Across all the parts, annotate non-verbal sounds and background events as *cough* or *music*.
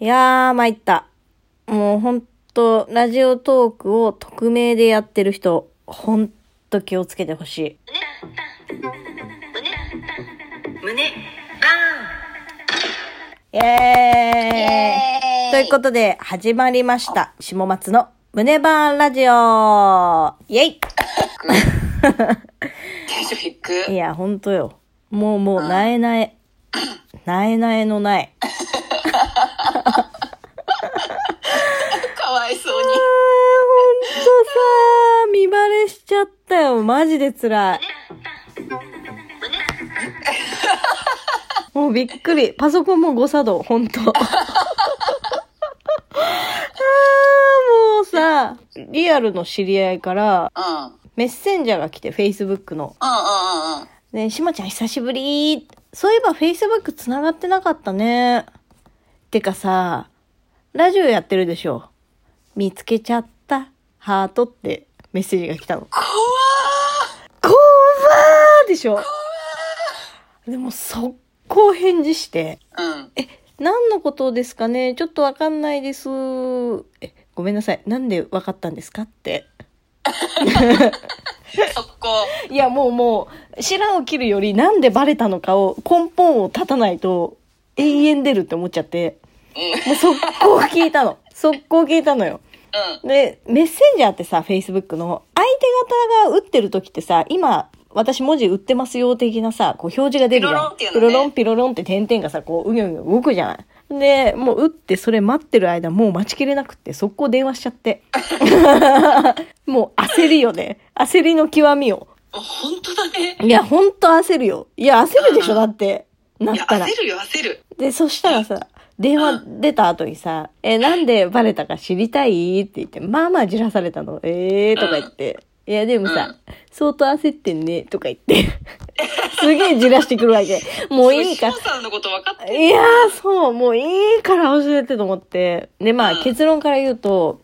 いやー、参った。もうほんと、ラジオトークを匿名でやってる人、ほんと気をつけてほしい。胸バイエーイーンということとで、始まりました。下松の胸バーンラジオイェテンション低イいくや、ほんとよ。もうもう、なえなえ。なえなえのない。かわいそうにあー、ほんとさー、見バレしちゃったよ。マジで辛い。もうびっくり。パソコンも誤作動、ほんと。あー、もうさ、リアルの知り合いから、うんうんうんメッセンジャーが来て、Facebook の。うんうんねしまちゃん久しぶりそういえば Facebook つながってなかったね。てかさ、ラジオやってるでしょ。見つけちゃった、ハートってメッセージが来たの。こわーこわーでしょ。でも速攻返事して、うんえ、何のことですかねちょっとわかんないです。え、ごめんなさい。なんでわかったんですかって。速攻いや、もうもう、知らんを切るより、なんでバレたのかを、根本を立たないと、永遠出るって思っちゃって、もう速攻聞いた *laughs* の。速攻聞いたのよ。うで、メッセンジャーってさ、Facebook の、相手方が打ってる時ってさ、今、私文字打ってますよ的なさ、こう表示が出るじゃん。ピロロンっていうのねピロロンピロロンって点々がさ、こう、うぎょうぎょ動くじゃん。で、もう打ってそれ待ってる間、もう待ちきれなくって、速攻電話しちゃ *laughs* って。 *laughs* もう焦りよね。焦りの極みよ。ん本当だねいや、ほんと焦るよ。いや、焦るでしょ、だって。ないっやたら。焦るよ焦るで、そしたらさ、電話出た後にさ、え、なんでバレたか知りたいって言って、まあまあじらされたの。えーとか言って。いや、でもうんさ、相当焦ってんね、とか言 *laughs* って。すげえじらしてくるわけ。もういいかそれ志麻さんのこと分かっていやー、そう、もういいから教えてと思って。で、まあ、うん結論から言うと、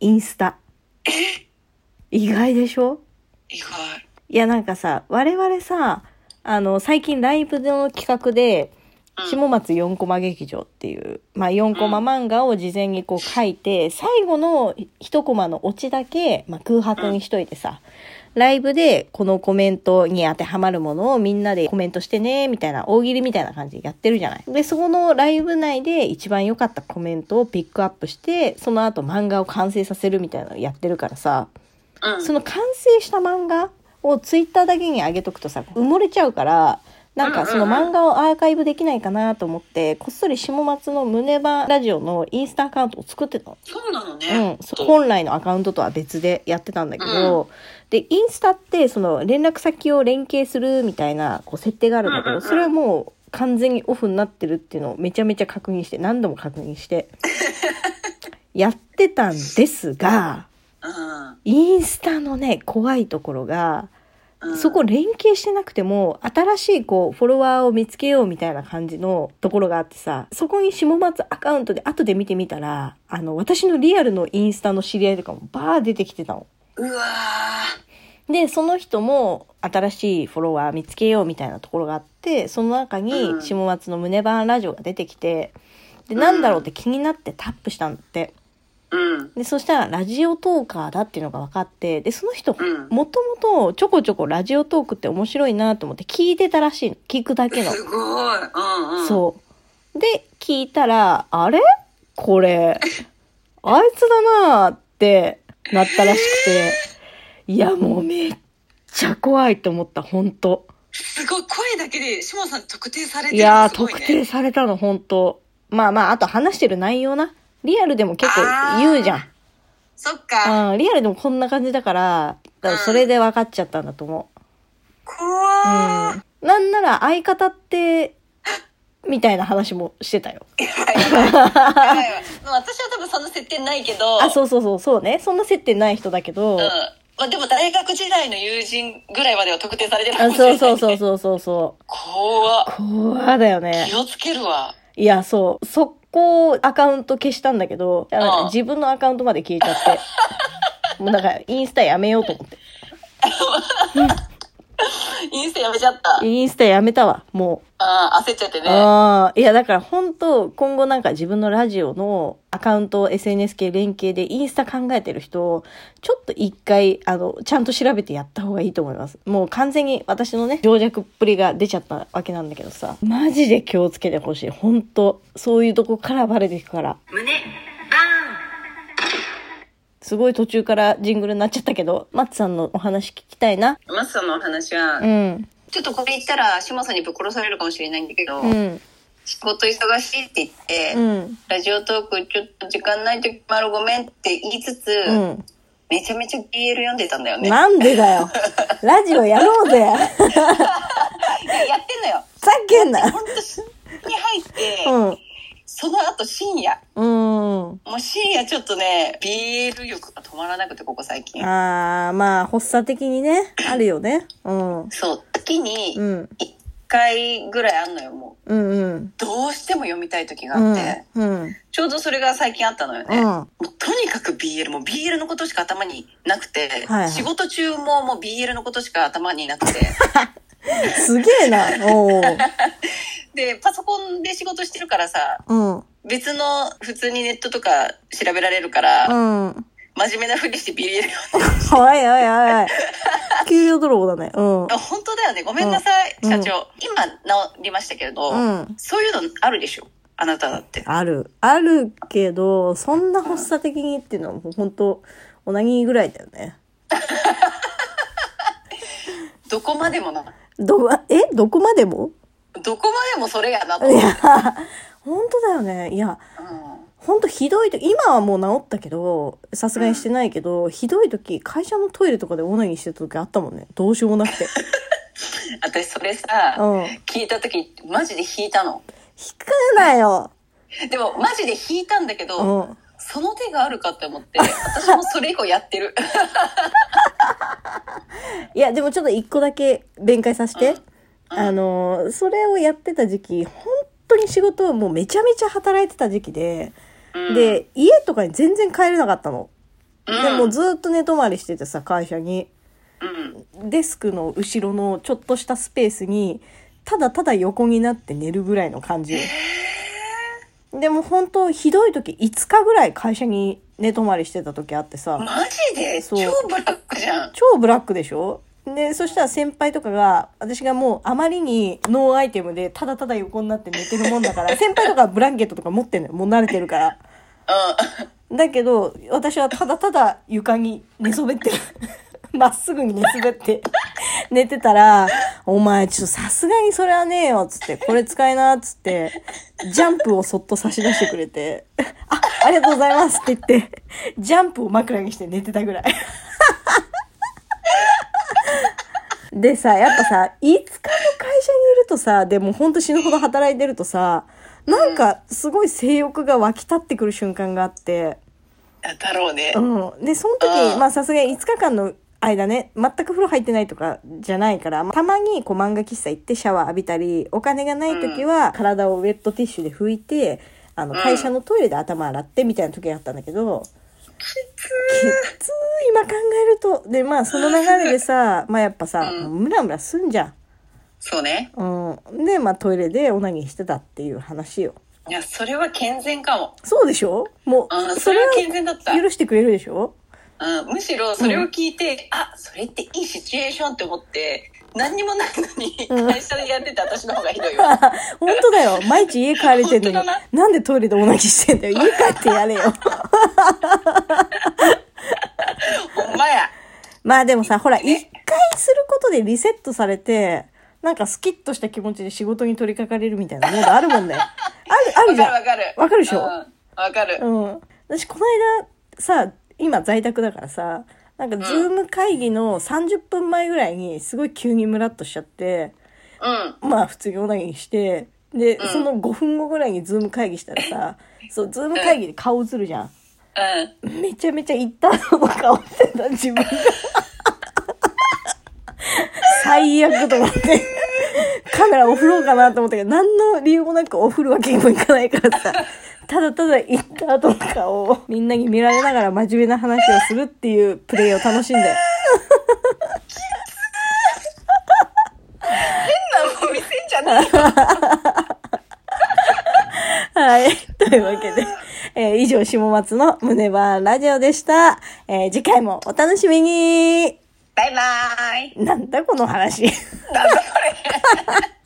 インスタ。意外でしょ意外いやなんかさ我々さあの最近ライブの企画でうん下松4コマ劇場っていう、まあ、4コマ漫画を事前にこう書いて、最後の1コマのオチだけ、まあ、空白にしといてさ、ライブでこのコメントに当てはまるものをみんなでコメントしてねみたいな大喜利みたいな感じでやってるじゃない。でそこのライブ内で一番良かったコメントをピックアップしてその後漫画を完成させるみたいなのやってるからさ。うんその完成した漫画をツイッターだけに上げとくとさ埋もれちゃうからなんかそのうんうんうん漫画をアーカイブできないかなと思ってこっそり下松の胸バラジオのインスタアカウントを作ってたの、そうなのうねん、そう本来のアカウントとは別でやってたんだけど、でインスタってその連絡先を連携するみたいなこう設定があるんだけうんうんどうんそれはもう完全にオフになってるっていうのをめちゃめちゃ確認して何度も確認して *laughs* やってたんですが。うんインスタのね、怖いところが、うんそこ連携してなくても、新しいこう、フォロワーを見つけようみたいな感じのところがあってさ、そこに下松アカウントで後で見てみたら、あの、私のリアルのインスタの知り合いとかもバー出てきてたの。うわで、その人も新しいフォロワー見つけようみたいなところがあって、その中うにん下松の胸バーンラジオが出てきて、で、なんだろうって気になってタップしたんだって。ーうんで、そしたらラジオトーカーだっていうのが分かって、で、その人うんもともとちょこちょこラジオトークって面白いなと思って聞いてたらしいの。聞くだけの。すごいうんうんそう。で、聞いたら、あれこれ、あいつだなーってなったらしくて。いや、もうめっちゃ怖いと思った、ほんと。すごい声だけで志麻さん特定されているのやー、すごい特ね定されたの、ほんと。まあまあ、あと話してる内容な。リアルでも結構言うじゃん。そっかうん、リアルでもこんな感じだから、だからそれで分かっちゃったんだと思う。 *laughs* 怖ーうんなんなら相方って、みたいな話もして *laughs* たよ。やばいわまあ私は多分その設定ないけどあ、そうそうそう、そうね。そんな接点ない人だけど、うんまあでも大学時代の友人ぐらいまでは特定されてるかあもしれなそいうそうそうそうそうそう。怖っ怖だよね気。をつけるわいや、そう。速攻アカウント消したんだけど、なんかうん自分のアカウントまで消えちゃって。もうなんかインスタやめようと思って。インスタやめちゃった。インスタやめたわ、もう。あー焦っちゃってね。あああ、いやだから本当今後なんか自分のラジオのアカウントを SNS 系連携でインスタ考えてる人、ちょっと一回、あの、ちゃんと調べてやった方がいいと思います。もう完全に私のね、情弱っぷりが出ちゃったわけなんだけどさ、マジで気をつけてほしい。本当そういうとこからバレていくから。胸、バーすごい途中からジングルになっちゃったけど、マッツさんのお話聞きたいな。ンマスさんのお話は、うん。ちょっとこれ言ったら、島さんにぶっ殺されるかもしれないんだけど、うん。仕事忙しいって言って、うん。ラジオトークちょっと時間ない時もあるごめんって言いつつ、うん。めちゃめちゃ BL 読んでたんだよね。なんでだよ。ラジオやろうぜ。いややってんのよ。ざけんな。ほんと、に入って、 *laughs* うん。その後深夜。うん。もう深夜ちょっとね、BL 欲が止まらなくて、ここ最近。ああ、まあ、発作的にね、あるよね。うん。うん。そう、月にうん1回ぐらいあんのよ、もう。うん。どうしても読みたい時がうあんって、。うん。ちょうどそれが最近あったのよね。うんもうとにかく BL、もう BL のことしか頭になくて、はいはい仕事中ももう BL のことしか頭になく *laughs* て、すげえな。おーで、パソコンで仕事してるからさ、うん。別の普通にネットとか調べられるから、うん。真面目なふりして BL 読んでおいおいおいおい。給料泥棒だね。うん。あ *laughs* 本当だよねごめんなさい、うん社長今治りましたけれど、うん。そういうのあるでしょあなただってある。あるけど、そんな発作的にっていうのはもう本当オナニーぐらいだよね。どこまでもなど、えどこまでもどこまでもそれやなと、いうん、や、本当だよね。いや、本当ひどいと今はもう治ったけどさすがにしてないけど、ひどい時会社のトイレとかでオナニーしてた時あったもんねどうしようもなく *laughs* て私それさ、うん聞いた時マジで引いたの引くなよでもマジで引いたんだけうど、んあその手があるかって思って私もそれ以降やってる *laughs* いやでもちょっと一個だけ弁解させて、うんあのーそれをやってた時期本当に仕事はもうめちゃめちゃ働いてた時期で、うんで家とかに全然帰れなかったの、うんでもうずっと寝泊まりしててさ会社にうんデスクの後ろのちょっとしたスペースにただただ横になって寝るぐらいの感じよでも本当ひどい時5日ぐらい会社に寝泊まりしてた時あってさマジでそ超うブラックじゃん超ブラックでしょでそしたら先輩とかが私がもうあまりにノーアイテムでただただ横になって寝てるもんだから先輩とかブランケットとか持ってんのよもう慣れてるからだけど私はただただ床に寝そべってる *laughs* まっすぐに寝そべって寝てたら「お前ちょっとさすがにそれはねえよ」っつって「これ使いな」っつってジャンプをそっと差し出してくれて「あありがとうございます」って言ってジャンプを枕にして寝てたぐらい。でさ、やっぱさ、5日も会社にいるとさ、でもほんと死ぬほど働いてるとさ、なんかすごい性欲が湧き立ってくる瞬間があって、うんだろうね、うん。で、そのう時、んまあさすがに5日間の間ね、全く風呂入ってないとかじゃないから、まあたまにこう漫画喫茶行ってシャワー浴びたり、お金がない時は体をウェットティッシュで拭いて、あの、うん会社のトイレで頭洗ってみたいな時があったんだけど、きつー今考えると。で、まあその流れでさ、 *laughs* まあやっぱさ、うムラムラすんじゃん。そうねうん。で、まあトイレでオナニーしてたっていう話よ。いやそれは健全かもそうでしょもうう、んそれは健全だった許してくれるでしょうん、むしろそれを聞いて、あそれっていいシチュエーションって思って何にもないのにうん会社でやってた私の方がひどいよ *laughs* 本当だよ。毎日家帰れてんのに本当だ。なんでトイレでオナニーしてんだよ。家帰ってやれ *laughs* よ。ほんまやまあでもさ、ほら、一回することでリセットされて、なんかスキッとした気持ちで仕事に取り掛かれるみたいなものあるもんね。ある、あわるじかゃん。るわかるわかるでしょうんわかる、うん。私、この間、さ、今在宅だからさ、なんか、ズーム会議の30分前ぐらいに、すごい急にムラっとしちゃって、うんまあ、普通にオナニーして、で、うんその5分後ぐらいにズーム会議したらさ、そう、ズーム会議で顔映るじゃん。うめちゃめちゃ一旦の顔してた、自分が。最悪と思って。カメラオフろうかなと思ったけど、何の理由もなくオフるわけにもいかないからさ、ただただ行った後の顔をみんなに見られながら真面目な話をするっていうプレイを楽しんだよ。はい。というわけで、えー以上、下松の胸バーラジオでした。えー次回もお楽しみにバイバーイなんだこの話。